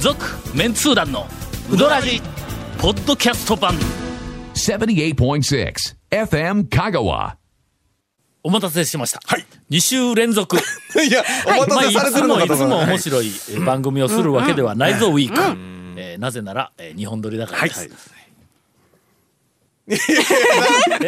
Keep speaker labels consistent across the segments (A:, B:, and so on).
A: 続メンツー団のウドラジポッドキャスト版
B: 78.6 FM Kagawa.
A: お待たせしました、
C: はい
A: 2週連続
C: いや、 お待
A: まあ
C: た
A: い
C: せされて
A: つ
C: るの
A: も
C: か
A: い
C: と
A: つ
C: 思
A: も
C: う
A: 面白いえ番組をするわけではないぞウィーク、えーなぜなら、えー日本撮りだからです、
C: はい
A: い、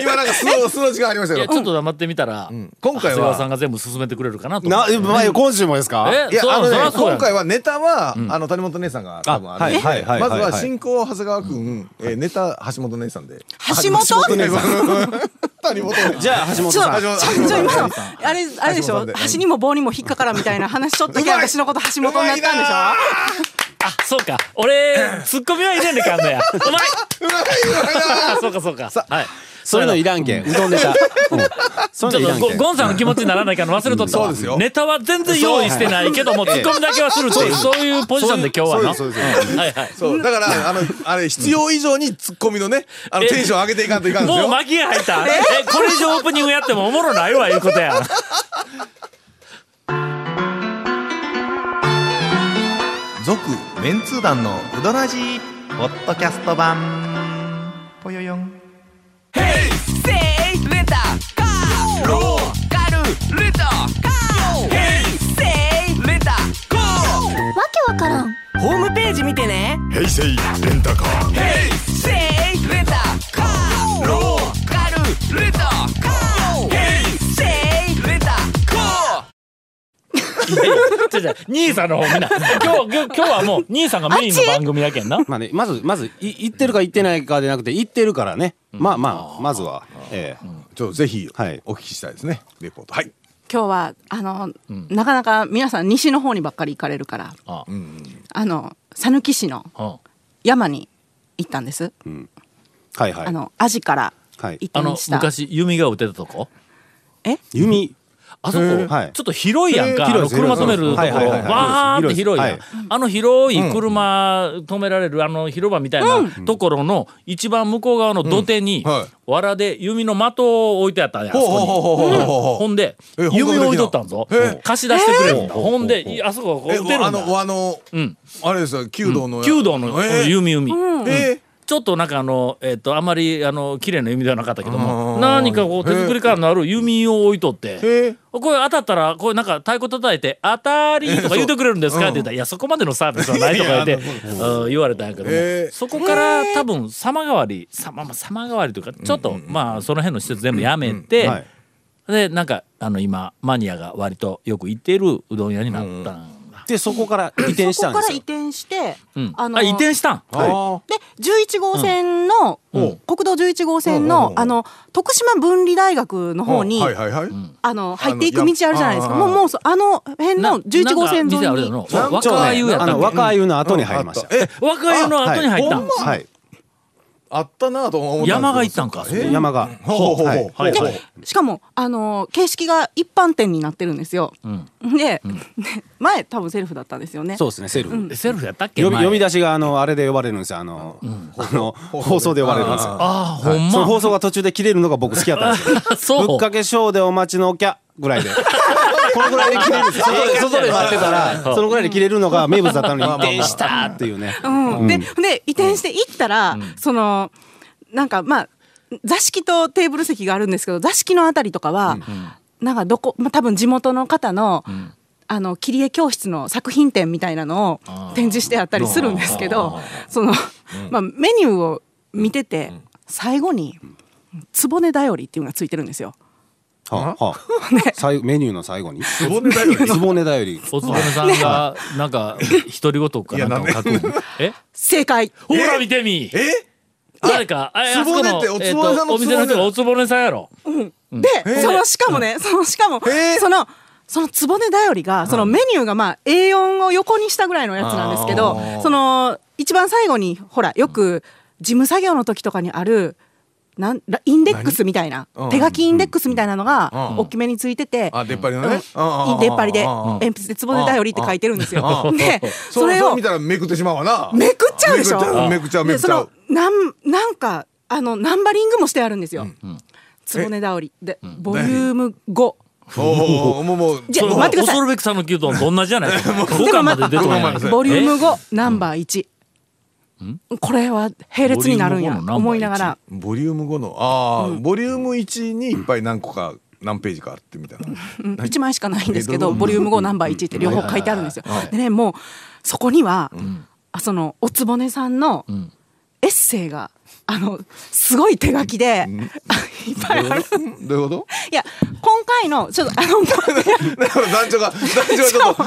C: 今なんか素の、素の時間ありました
A: や
C: け
A: ちょっと黙ってみたら、
C: 今回
A: 長
C: は
A: 谷川さんが全部進めてくれるかなと
C: ど。
A: 思っ
C: な、
A: て
C: まあ、今週もですか
A: え
C: いや、
A: そう
C: あのね
A: そら、そうや
C: 今回はネタは、あの、谷本姉さんが多分あるんで、
D: はいはいはい
C: まず
D: はい
C: は
D: はい
C: 進行長谷川くん、えーネタ橋本姉さんで。
E: 橋本
C: 姉さん。谷本姉さん。
D: じゃあ橋本
E: ちょ
D: さん
E: っと、
C: 橋
E: ち
C: 本
E: ょっと今の、あれ、あれでし
C: 橋本さん
E: ょ
C: で
E: 橋にも棒にも引っかからんみたいな話しとったけど、
C: うまい
E: 私のこと橋本になったんでしょ
A: あそうか俺ツッコミは入れんでかんのやうまいう
C: まいうまいな
A: あ そうかそうかはい
D: そういうのいらんけんうどんネタ、うんそう
A: ち
D: いう
A: ょ
D: のい
A: っと
D: らん
A: ゴ
D: けん
A: ゴンさんの気持ちにならないから忘れとったわ、
C: うんそうですよ
A: ネタは全然用意してないけどもツッコミだけはするっていうそういうポジションで今日はの
C: そうですそうですそうです
A: はいはい
C: そう、だから、あの、あれ、必要以上に突っ込みのね、あの、
A: え
C: テンション上げていかんといかんです
A: もう
C: よ。
A: 巻きが入 ったえこれ以上オープニングやってもおもろないわいうことや
F: 続メンツー団のウドラジーポッドキャスト版ぽよよん
A: ちょちょ兄さんの方みんな今日今日今日はもう兄さんがメインの番組や けんな
D: まあねまずまずい言ってるか言ってないかでなくて言ってるからね、まあまあまずはええ
C: ちょっとぜひ、
D: はい
C: お聞きしたいですね。レポート。はい。
E: 今日は、あの、なかなか皆さん西の方にばっかり行かれるから、
A: あ
E: あの、讃岐市の
A: あ
E: 山に行ったんです。
D: はいは
E: あ
D: い
E: の、アジから
D: はい
E: 移
A: あ
E: 転
A: の
E: した。
A: 昔弓が打てたとこ
D: 弓
A: あそこ、
D: ーはい
A: ちょっと広いやんか、
D: えー
A: あの
D: 広いです
A: 車止めるところ、
D: はいはいはいはい
A: わーって広いやん、
D: 広いで
A: あの広い車止められるあの広場みたいなところの一番向こう側の土手に、
C: うんはい
A: 藁で弓の的を置いてあったんやんあ
C: ほう
A: そ
C: ほうほう
A: こ
C: ほうほう
A: に
C: ほう
A: ほんで
C: え本格的な
A: 弓を置いとったんぞ
C: へー
A: 貸し出してくれるんだほんでいあそここう打
C: え、
A: てるん
C: あの、
A: だ
C: あの、
A: うん
C: あれですよ、弓道の。
A: 弓道の
C: えー
A: 弓弓、
C: え
A: ちょっとなんかあの、えっとあまりあの綺麗な弓ではなかったけども
C: あー
A: 何かこう手作り感のある弓を置いとって。
C: ーえー
A: これ当たったらこうなんか太鼓叩いて「当たり!」とか言うてくれるんですかって言ったら「いやそこまでのサービスはない」とか言ってうん言われたんやけども
C: へえ
A: そこから多分様変わり様まあ様変わりというかちょっとまあその辺の施設全部やめて
D: はい
A: でなんかあの今マニアが割とよく行っているうどん屋になったんだ。
D: でそこから移転し
E: そ
D: た
E: こ
D: んです
E: から移
D: よ
E: 転して
A: うん、、
E: あの、
A: あ移転したん
D: はい
E: で11号線の、国道11号線の、あの徳島分離大学の方に、
C: はいはいはい。
E: あの入
C: の
E: っていく道あるじゃないですか
C: いや
E: もうもうそうあの辺
A: な
E: の11号線沿
A: なんか
E: い
A: 店あるや
E: に
A: ろわ
D: ちょ
A: 若
D: ね
A: 湯やっ
D: あ
A: た
D: の
A: んけ
D: 若湯の後に入りました、
C: え、
A: 若湯の後に入ったん
C: あほんま
D: はい
C: あったなぁと思ったんですけど。
A: 山が行ったんか
C: えー
D: 山が
C: ほうほうほう
D: はい
C: ほうほう。
E: しかもあの形式が一般店になってるんですよ、で、前多分セルフだったんですよね
D: そうですねセルフ、
A: えセルフやったっけ
D: 呼び
A: 前
D: 呼び出しがあのあれで呼ばれるんですよあの,、あの放送で呼ばれるんですよ
A: ああほん
D: その
A: ま
D: 放送が途中で切れるのが僕好きやったんですよ
A: そう
D: ぶっかけショーでお待ちのおきゃぐらいで このぐらいで切れるんですよ外で外で待ってたらそのぐらいで切れるのが名物だったのに 移転したっていうね
E: うんでで移転して行ったら、そのなんかまあ座敷とテーブル席があるんですけど座敷のあたりとかは、なんかどこ、まあ、多分地元の方の、あの切り絵教室の作品展みたいなのを展示してあったりするんですけどその、まあ、メニューを見てて、最後に「つぼねだより」っていうのがついてるんですよ。
D: は あはあ最後メニューの最後につ
C: つぼねだよね
D: ぼねだより
A: おつぼねさんが、なんか、独り言かなんかを書くん。え
E: 正解
A: ほら見てみ
C: え
A: 誰か、あ
C: つぼねっておつぼねさんの
A: えっとお店の人がおつぼねさんやろ。
E: で、そのしかもね、そのしかも、
C: へえ
E: その、そのつぼねだよりが、そのメニューがまあ A4 を横にしたぐらいのやつなんですけど、その、一番最後に、ほら、よく、事務作業の時とかにある、なんらインデックスみたいな、手書きインデックスみたいなのが、大きめについてて、
C: あ、出っ張り
E: う
C: の
E: ん
C: ね。ああ
E: 出っ張りで、
C: ああああ
E: 鉛筆でつぼねだよりって書いてるんです
C: あ
E: よ
C: あ。
E: で、
C: そ
E: そ
C: れ
E: れ
C: を
E: を
C: 見、たらめくってしまうわな。
E: めくっちゃうでしょ
C: めくっちゃうめ
E: で
C: くっ
E: そ
C: ちゃう
E: の。なんなんかあのナンバリングもしてあるんですよ。つぼねだおりでボリューム5、
C: おーもうもう
E: じゃ
A: そ
E: あ
A: れ
E: 待ってください
A: 恐るべき讃岐うどんと同じじゃないですか5巻まで出てない
F: 五巻まで
E: ボリューム5ナンバー1、これは並列になるん
A: ボリューム五の
E: や
A: ナンバー
E: 思いながら
C: ボリューム5のああ、ボリューム1にいっぱい何個か何ページかあってみたいな
E: うん1枚しかないんですけど
C: うん
E: ボリューム5ナンバー1って両方書いてあるんですよ。でねもうそこには、あそのおつぼねさんのエッセイがあのすごい手書きで、 いっぱいある。
C: どういうこと
E: いや今回のちょっと あの
C: だから団長が団長がちょっと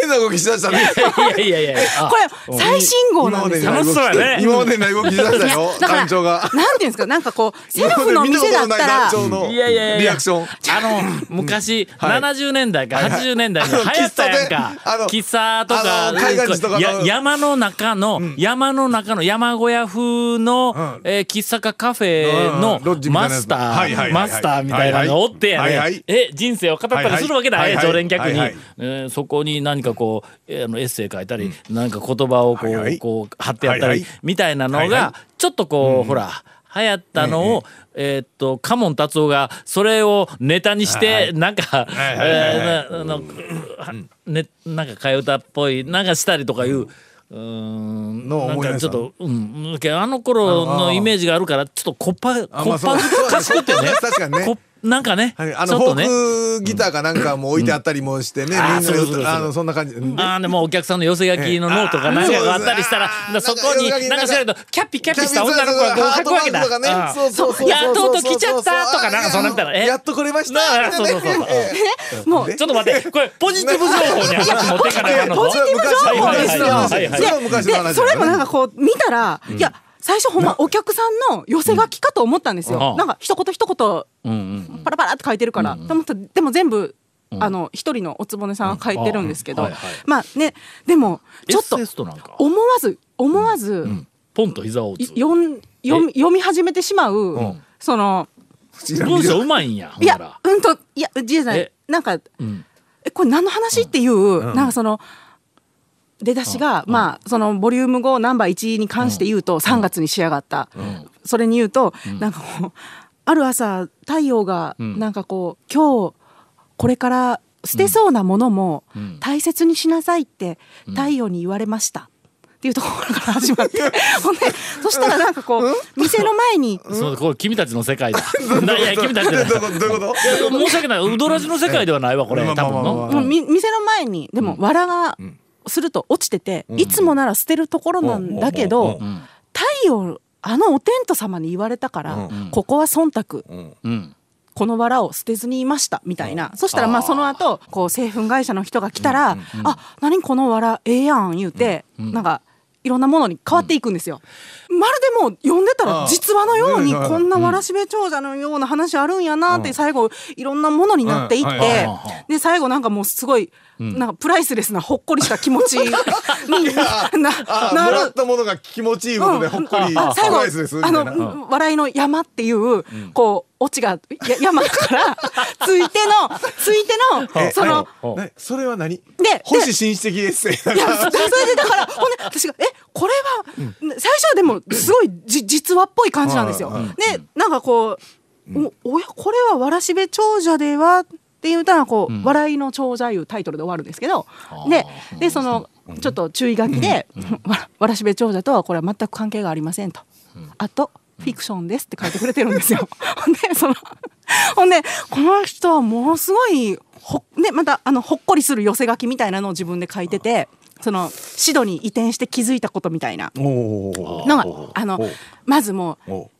C: 変な動きしだしたね
A: いやいやいやいやあ
E: これ最新号なんですよ。
A: 楽しそうやね
C: 今までにない動きしだしたよ
E: いやだから
C: 団長が
E: なんていうんですかなんかこうセル
C: 今ま
E: フ
C: で
E: の
C: 見たことの
E: 店だっ
C: ない
E: たら
C: 団長の
A: いやいやいや
C: リアクション
A: あの 昔、70年代か80年代に流行ったやんか
C: あの
A: 喫
C: 喫
A: 茶とか
C: あの海岸地とかの
A: や山の中の、山の中の山小屋風の、
C: ん
A: えー喫茶かカフェの
C: うんロッジみた
A: マ
C: いなや
A: ス
C: つ
A: ター、
C: はいはいはい
A: マスターみたいなのがおってやね、
C: はいはい
A: え人生を語ったりするわけだ、
C: はいはい
A: 常連客に、
C: はいはい
A: えーそこに何かこう、えーあのエッセイ書いたり、何か言葉をこう,、
C: はいはい
A: こう貼ってやったり、
C: はいはい
A: みたいなのが、
C: はいは
A: ちょっとこう、ほら流行ったのを、えーっとカモン達夫がそれをネタにして、なんか、
C: いはいはいはい
A: えーなあのねなんか替え歌っぽいなんかしたりとかいう。うーん
C: のを
A: なん
C: 思い
A: か
C: 出
A: ち
C: し
A: ょった
C: の
A: と、うん、けどあの頃のイメージがあるからちょっとこっぱ
C: あ
A: こっぱず
C: そう
A: かしくってね
C: 確かにね
A: こなんかね、
C: はいあ
A: ちょ
C: の
A: っと
C: フォ
A: ね
C: ークギターかなんかも置いてあったりもしてね、
A: うんあー
C: みん
A: そ
C: な
A: うそうそうそう
C: であのそんな感じ、うん
A: あーでもお客さんの寄せ書きのノートか何かがあったりしたら
C: ええあ
A: だ
C: ー
A: からそこに
C: なんか寄せ書き
A: なんかしないとキャッピキャッピした女の子がこう書くわけだ。あー
C: そうそうそうそうそうそうそうそう
A: やっとうと来ちゃったとかなんかそんなみたいなえ
C: やっと来れまし
A: なあ
C: た
A: そうそうそう
C: みたいなね
E: もう
A: ちょっと待ってこれポジティブ情報には持っていかないかんのぞ
E: ポジティブ情報ですよ。
A: はいはいはいはいはい
C: それは昔の話だよ
E: で
C: ね
E: それもなんかこう見たら、いや最初ほんまお客さんの寄せ書きかと思ったんですよ。
A: うん
E: なんか一言一
A: うんうん
E: 言パラパラって書いてるから、と思ったらでも全部。あの一人のおつぼねさんが書いてるんですけど、
A: うんあはいはい
E: まあねでもちょっと
A: SS となんか
E: 思わず思わず、
A: ポンと膝を打
E: い
A: つ。
E: 読ん読み読み始めてしまう、その
A: 文章うまいんや。ほん
E: い
A: なら
E: や。うんといやじいさん
A: え
E: なんか
A: ん
E: えこれ何の話っていう、なんかその出だしが、まあそのボリューム5ナンバー1に関して言うと、3月に仕上がった、それに言うと、なんかこうある朝太陽がなんかこう、今日これから捨てそうなものも大切にしなさいって太陽に言われました。っていうところから始まって ほんでそしたらなんかこう店の前に
A: そうこれ君たちの世界だ。いや君たち
C: ど
A: だ。
C: ういうこ
A: い
C: とどういうこと
A: や申し訳ない。ウドラジの世界ではないわこれ。
C: ま
A: 多
C: あまあ
A: 分
C: まあま
A: の
C: あ。
E: もうみ店の前にでも藁がすると落ちてて、いつもなら捨てるところなんだけど、
C: う
E: 太陽あのお天道様に言われたから、ここは忖度
A: うん。
E: この藁を捨てずにいましたみたいな、そしたらまあその後こう製粉会社の人が来たら「あ何この藁ええやん」言うて、なんかいろんなものに変わっていくんですよ。まるでもう読んでたら
C: あー
E: 実話のように
C: うんうんうん
E: こんなわらしべ長者のような話あるんやなって最後いろんなものになっていっ
C: うんはい
E: てで最後なんかもうすごいなんかプライスレスなほっこりした気持ちにな
C: あー
E: な
C: もらっ
E: る。
C: たものが気持ちいいことでほっこり
E: あ最後
C: アイスですみた
E: あ
C: いな
E: の笑いの山っていうこうオチがや山 からついてのついてのその
A: お
C: ねそれは何で
E: で
C: 星紳士的エッセイ
E: いやそれでだからほんで私が「えこれは最初はでもすごいじ実話っぽい感じなんですよ。でなんかこう「おおやこれはわらしべ長者では」っていう歌がこう「笑いの長者」いうタイトルで終わるんですけどででそのちょっと注意書きで「わわらしべ長者とはこれは全く関係がありません」と。あとフィクションですって書いてくれてるんですよ。ほ んでそのほんでこの人はものすごいほ,、ね、またあのほっこりする寄せ書きみたいなのを自分で書いててそのシドに移転して気づいたことみたいな
C: お
E: のがあのまずもう
C: お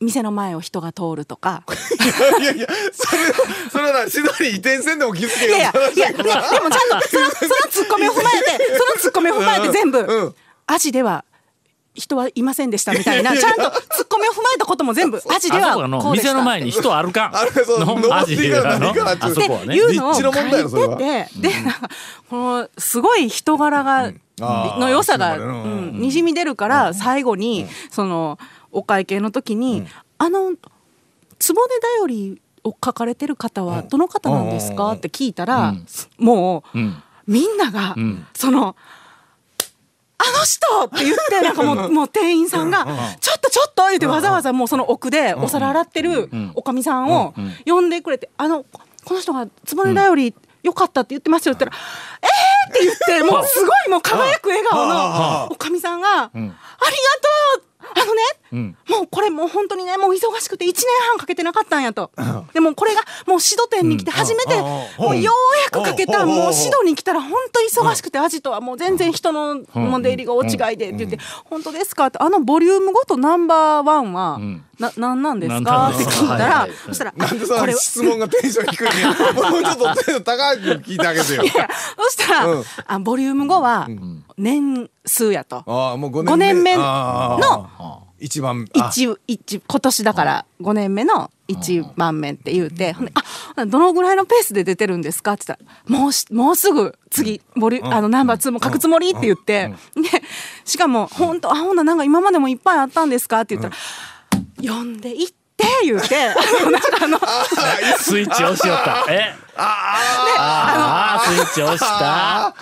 E: 店の前を人が通るとか
C: いやいやそれはそれはなシドニー移転せんでも気づけ
E: い
C: よ
E: やいやいやででもちゃんとそのそのツッコミを踏まえてそのツッコミを踏まえて全
C: う
E: 部
C: ん
E: アジでは人はいませんでしたみたいなちゃんとツッコミを踏まえたことも全部アジで
A: あそ
E: は
A: こはの
E: こうでした
A: 店の前に人歩かん。
C: あれそう
A: のアジで
C: 登っていかな
A: あ
C: い
A: のあ
C: から
A: そこは
E: って
A: ね
E: い。うのを
C: 立地の問題よそれ
E: 書
C: はい
E: ててでなんかこのすごい人柄が
C: あー
E: の良さ
C: そ
E: が
C: うだね
E: うんにじみ出るから最後にそのお会計の時に「あのつぼねだよりを書かれてる方はどの方なんですか?」って聞いたらもう
A: うん
E: みんなが
A: ん
E: その「あの人!」って言ってなんかもうもう店員さんが「ちょっとちょっと!」言ってわざわざもうその奥でお皿洗ってるおかみさんを呼んでくれて「あのこの人がつぼねだより良かったって言ってますよって言ったら、えーって言って、もうすごいもう輝く笑顔のおかみさんが、ありがとうあのね、
A: ん
E: もうこれもう本当にね、もう忙しくて1年半かけてなかったんやと。でもこれがもうシド店に来て初めて、もうようやくかけた、もうシドに来たら本当忙しくて、アジトはもう全然人のもん出入りがお違いでって言って、本当ですかって、あのボリュームごとナンバーワンは、な、なんなんです
A: な
E: か
A: んな
E: っ
A: んで
E: て
A: すか
E: 聞いた
A: は
E: ら
A: いはい、
E: そしたら、
C: なんでそ
E: これ
C: の質問がテンション低い ね。もうちょっとテンション高く聞いてあげてよ。
E: そしたら、
C: うん
E: あボリューム5は年数やと、
C: ああ、もう
E: 五
C: 5年
E: 年目
C: 目。
E: の
C: の一番。あ
E: 一一今年だから5年目の1番目って言うて、ほんであどのぐらいのペースで出てるんですか?」って言ったら「もうしもうすぐ次ボリュ、あのナンバー2も書くつもり」って言って、でしかも「ほんとあほんななんか今までもいっぱいあったんですか?」って言ったら「呼んでいって」言うてあのなんかあの
A: スイッチ押しよった。 えああー、スイッチ押した。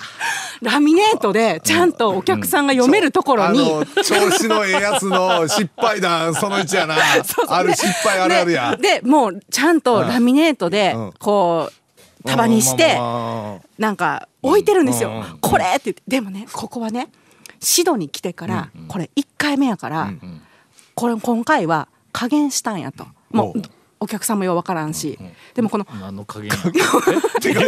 E: ラミネートでちゃんとお客さんが読めるところ
C: あ
E: に。
C: の調子のええやつの失敗談その1やな ある失敗あるあるや
E: ででもうちゃんとラミネートで
C: うん
E: こう束にして
C: まあまあまあまあ
E: なんか置いてるんですよ
C: うん
E: 「これ!」って言ってでもねここはねシドに来てからこれ1回目やからこれ今回は加減したんやともうお客さんもようわからんしでもこの
A: 何の加減
C: 手加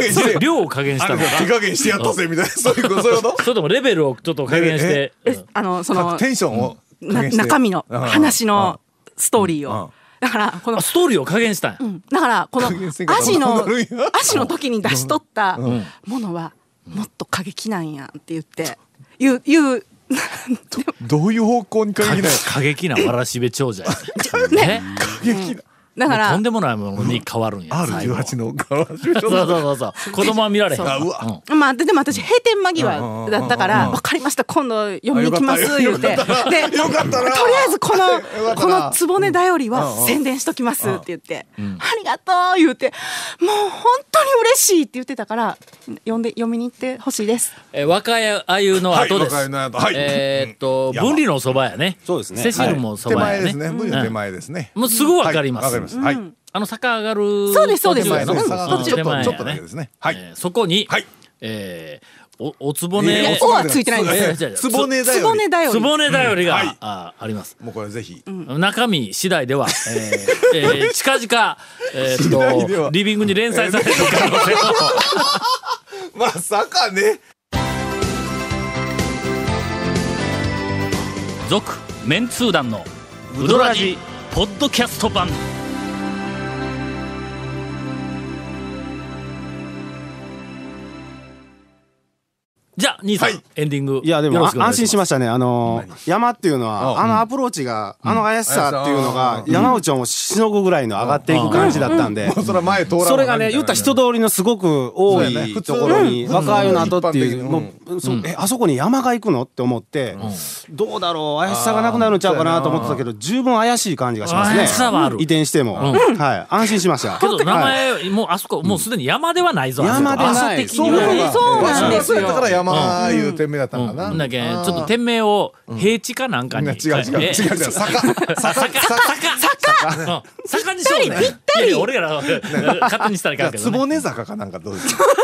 C: 減して
A: え量を加減し
C: あ
A: た
C: れ
A: の
C: 手
A: か。
C: 加減してやったぜみたいなそういうことそういうこ
A: それともレベルをちょっと加減して。
E: えあのそ
C: と
E: の
C: テンションを加
E: な
C: 減して
E: 中身の
C: うん
E: 話のストーリー
C: うんう
E: を
C: ん
E: だからこの
A: あストーリーを加減したんや。
E: うんだからこの
C: 加減せんかっ
E: ア
C: た
E: ジ
C: らどうな
E: の
C: るんや
E: アジの時に出しとったものはもっと過激なんやって言って言う言う
C: どういう方向に加 減しない
A: 過激なわらしべ長者や。ね
E: ね。だか
A: と
E: ら
A: んでもないものに変わるんや。最後
C: R18 のガラス
A: そうそうそうそう。子供は見られへんわ。
C: あうわ
E: まあででも私閉店間際だったから「分かりました今度読みに来ます」
C: あ
E: 言
C: よ
E: う
C: か
E: て
C: った
E: で
C: よかったな
E: とりあえず こ
C: よか
E: の
C: ったな
E: このつぼねだよりは宣伝しときますって言って「ありがとう」言うて「もう本当に嬉しい」って言ってたから読んで読みに行ってほしいです。
A: えー若いあゆの後です。
C: はい若いの後はい
A: えーっと、
C: うん
A: 分離のそばやね。
D: そうですね
A: セシルもそ
C: 手
A: ば
C: 前
A: やね。
C: ですね無理の手前ですね
A: もうすぐわかります。
C: はいわかりますはい
A: あの坂上がる。
E: そうですそうです
A: 途中や
C: 前
A: ね
C: の
E: う
C: ちょっと
E: んそっち
C: ちょっ
A: 手前やね
C: とちょっとだけですねはい
A: えーそこに、
C: はい
A: えーおおつぼ
C: え
E: い
A: ね
E: や
C: ー
E: おはついてないんです
A: えー違う違う
C: つぼねだ
E: つ
C: よ
E: ぼ
C: り
E: ねだよ
A: つ
E: り
A: ぼねだよりが、
C: はい
A: ああります。
C: もうこれぜひ
A: 中身次第では、えーえー近々、えーっ
C: 第では
A: と、リビングに連載される可能性も。
C: まさかね
A: 続メンツー団のウドラジポッドキャスト版じゃあ兄さん、
C: はい
A: エンディング
D: いやで
A: よ
D: も
A: ろ
D: あ
A: くお願い
D: 安心しましたねあの山っていうのはあのアプローチがあの怪しさっていうのが山内をもうしのぐぐらいの上がっていく感じだったんで
C: もうそれは前通らんわ
D: それがね、言ったら人通りのすごく
C: そ
D: 多
C: うやね
D: い
C: 普通
D: ところに、
C: うん
D: 若いの後っていう、
C: うん
D: もうそうえ、あそこに山が行くのって思って、どうだろう、怪しさがなくなるんちゃうかなと思ってたけど、十分怪しい感じがしますね。
A: 怪しさはある
D: 移転しても。はい。安心しました。
A: けど名
D: はい
A: 前、もうあそこもうすでに山ではないぞ、あそこ
D: 山でない
A: 朝的
C: そう
A: には
E: ねそうなんですよ
C: だから山いう店名だった
A: う
C: の
A: ん
C: かな。
A: なんだっけちょっと店名を平地かなんか
C: みん
A: に
C: な違う違う違う違う。
A: え
C: 坂
A: 坂坂坂坂にしようねぴったり俺らは勝手にしたらいかんけど、ね、
C: つぼね坂かなんかどうですか。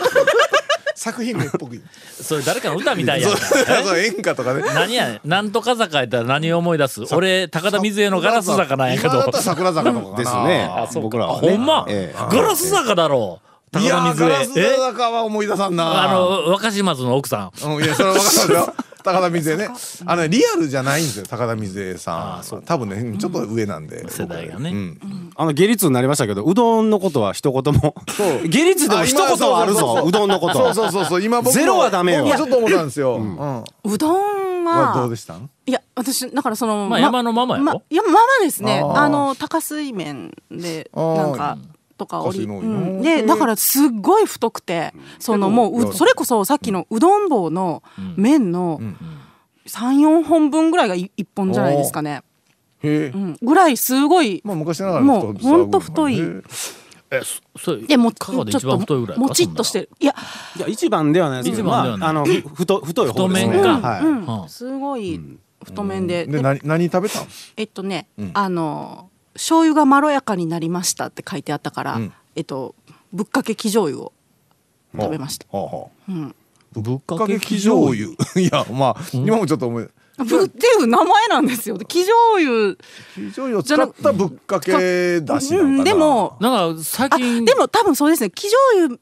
C: 作品名っぽく。
A: それ誰かの歌みたいやん
C: そう
A: か
C: そう演歌 とかね。
A: 何やねんなんとか坂やったら何を思い出す俺高田水江のガラス坂なんやけ
C: 今だ
A: ど
C: ったら桜坂とかかな
D: ですね
A: あそう。か
D: 僕ら
A: あ
D: はね。
A: ほんま、
D: ええ
A: ガラス坂だろう
C: い
A: 高
C: や
A: 田
C: ー
A: 水
C: ガラ
A: 江え
C: ス坂は思い出さんな。
A: あの若島津の奥さん
C: うん、い や、それは分かるよ。高田水江ね。あの、リアルじゃないんですよ、高田水江さん。多分ね、ちょっと上なんで。
A: 世代がね、
D: あの、下律になりましたけど、うどんのことは一言も。下律でも一
C: あ今
D: 言はある
C: そうそう
D: ぞ
C: そ、
D: うどんのこと。
C: そうそうそうそう、今僕も。
D: ゼロはダメよ
C: 僕もちょっと思ったんですよ。うん。は
E: うどん
C: どう
E: は
C: でしたん
E: いや私だからその、
A: まあ山のままやろ
E: いやままですね
C: あー
E: あの高水面で
C: あー
E: なんかとか折り、
C: 高水の
E: うんでだからすっごい太くてそのも
C: で
E: う
C: も
E: うそれこそさっきのうどん棒の麺の34本分ぐらいが1本じゃないですかね、
C: へえ
E: う。ん、ぐらいすごい
C: まあ、昔ながらの
E: もうほんと太い
C: へえ
A: えそそれ
E: でも
A: 香川で
E: ちょっ
A: 一番太いぐらい
E: と
A: か
E: もちっとしてるいや
D: いや、一番ではないですけど、
A: 一番では
D: ま
A: ない
D: あ、あの、ふ太太い方ですね。
A: 太麺か
D: はい
E: うん
A: はあ
E: すごい太麺で,で、
C: で、何、何食べたん
E: えっとね、あの醤油がまろやかになりましたって書いてあったから、えっとぶっかけ生醤油を食べました。
C: ほうほう
A: ぶっ
C: ぶっかけ生醤油いやまあ今もちょっと思い
E: ぶっていう名前なんですよ。生醤油
C: 生醤油を使ったぶっかけだしな
E: うん
C: かなん
E: でも
A: なんか最
E: あ
A: 近
E: でも多分そうですね生醤油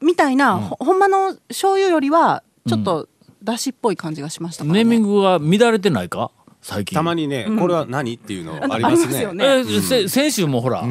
E: みたいな、ほほんまの醤油よりはちょっとだしっぽい感じがしましたから、
A: ネ
E: ね
A: ーミングは乱れてないか最近
D: たまにね、これは何っていうの
E: あ
D: ありますね。
E: よ
A: えーせ先週もほら、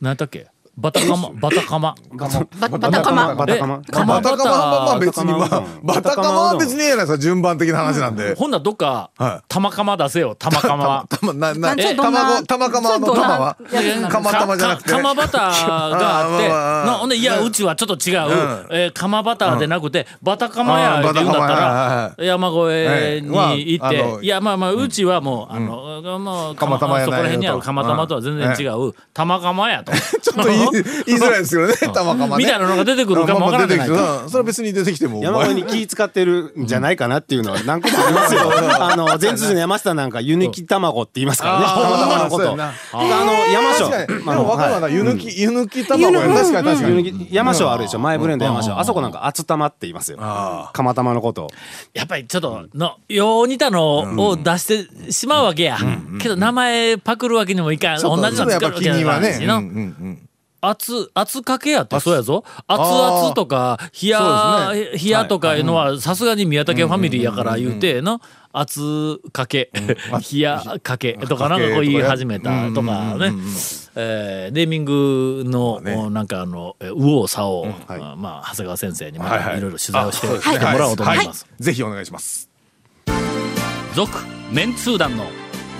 A: なんだっけバタカマバタカマ
D: ガモ
E: ババ
D: バ
E: タカマ
D: バタカマ
A: え。
C: まあバタカマはまあ別にま
D: バタ
C: あ
D: カマうん
C: バタカマは別にええやないですか順番的な話なんで。
A: ほんならどっか、
C: は
A: 玉カマ出せよ玉カマ
C: たまなな
E: なんちゃどんな
C: 卵玉釜の
E: ちょっと
C: 玉は
E: どんなやつなの
C: 釜玉じゃなくてね
A: かか釜バターがあって
C: あーまあまあまあ
A: な ほんでいやうちはちょっと違う、えー釜バターでなくて、バタカマやって言うんだった
C: あーバタカマ
A: ら
C: やはい
A: 山越えに行っ
C: は
A: て、
C: いまああの
A: いやまあまあうちはもう、あのもう
C: 釜玉や
A: そこ
C: な
A: ら
C: いよと
A: 辺にある釜玉とは全然違う、玉カマやと
C: ちょっと言い言いづらいですけどね玉釜ね。
A: みたいなのが出てくるかもわからないから
C: まあまあ出てくるうんそれは別に出てきてもお前
D: 山越えに気使ってるんじゃないかなっていうのは何個もありますよ。あの、前通の山下なんか湯抜き卵って言いますからね。
C: あー
D: 玉玉のこ
C: そう
D: と。
C: やな
D: あの、山椒。
C: 確かにで
D: あの
C: も分かるわ
D: は
C: な、
D: い
C: 湯抜き湯抜き卵や確かに確か
D: 湯
C: に。
D: 抜き山椒あるでしょ。前ブレンド山椒。あそこなんか厚玉って言いますよ。
C: あ
D: 釜玉のことを。
A: やっぱりちょっとのよう似たのを出してしまうわけや、けど名前パクるわけにもいかん
C: ちょ
A: 同
C: っ
A: じ
C: と
A: の
C: ちょっ
A: 作
C: と
A: るわけ
C: やっぱ
A: に
C: 気に
A: もいか
C: は
A: んし
C: ね。うんう
A: なん
C: うん
A: 熱熱かけやってそうやぞ熱々とか冷
C: そ
A: や、
C: うです
A: 冷やとかいうのはさすがに宮武ファミリーやから言うてな熱かけ、 冷やかけとかなんかこう言い始めたとかねえーネーミングの、おなんかあのえー右往左往、まあ長谷川先生にまたいろいろ取材をして,、してもらおうと思います。
C: はいぜひお願いします。
A: 続メンツー団の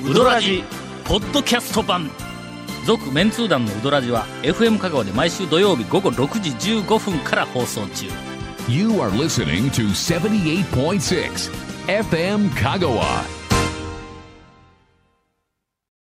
A: ウドラジポッドキャスト版続メンツー団のウドラジは FM 香川で毎週土曜日午後6時15分から放送中
B: You are listening to 78.6 FM Kagawa.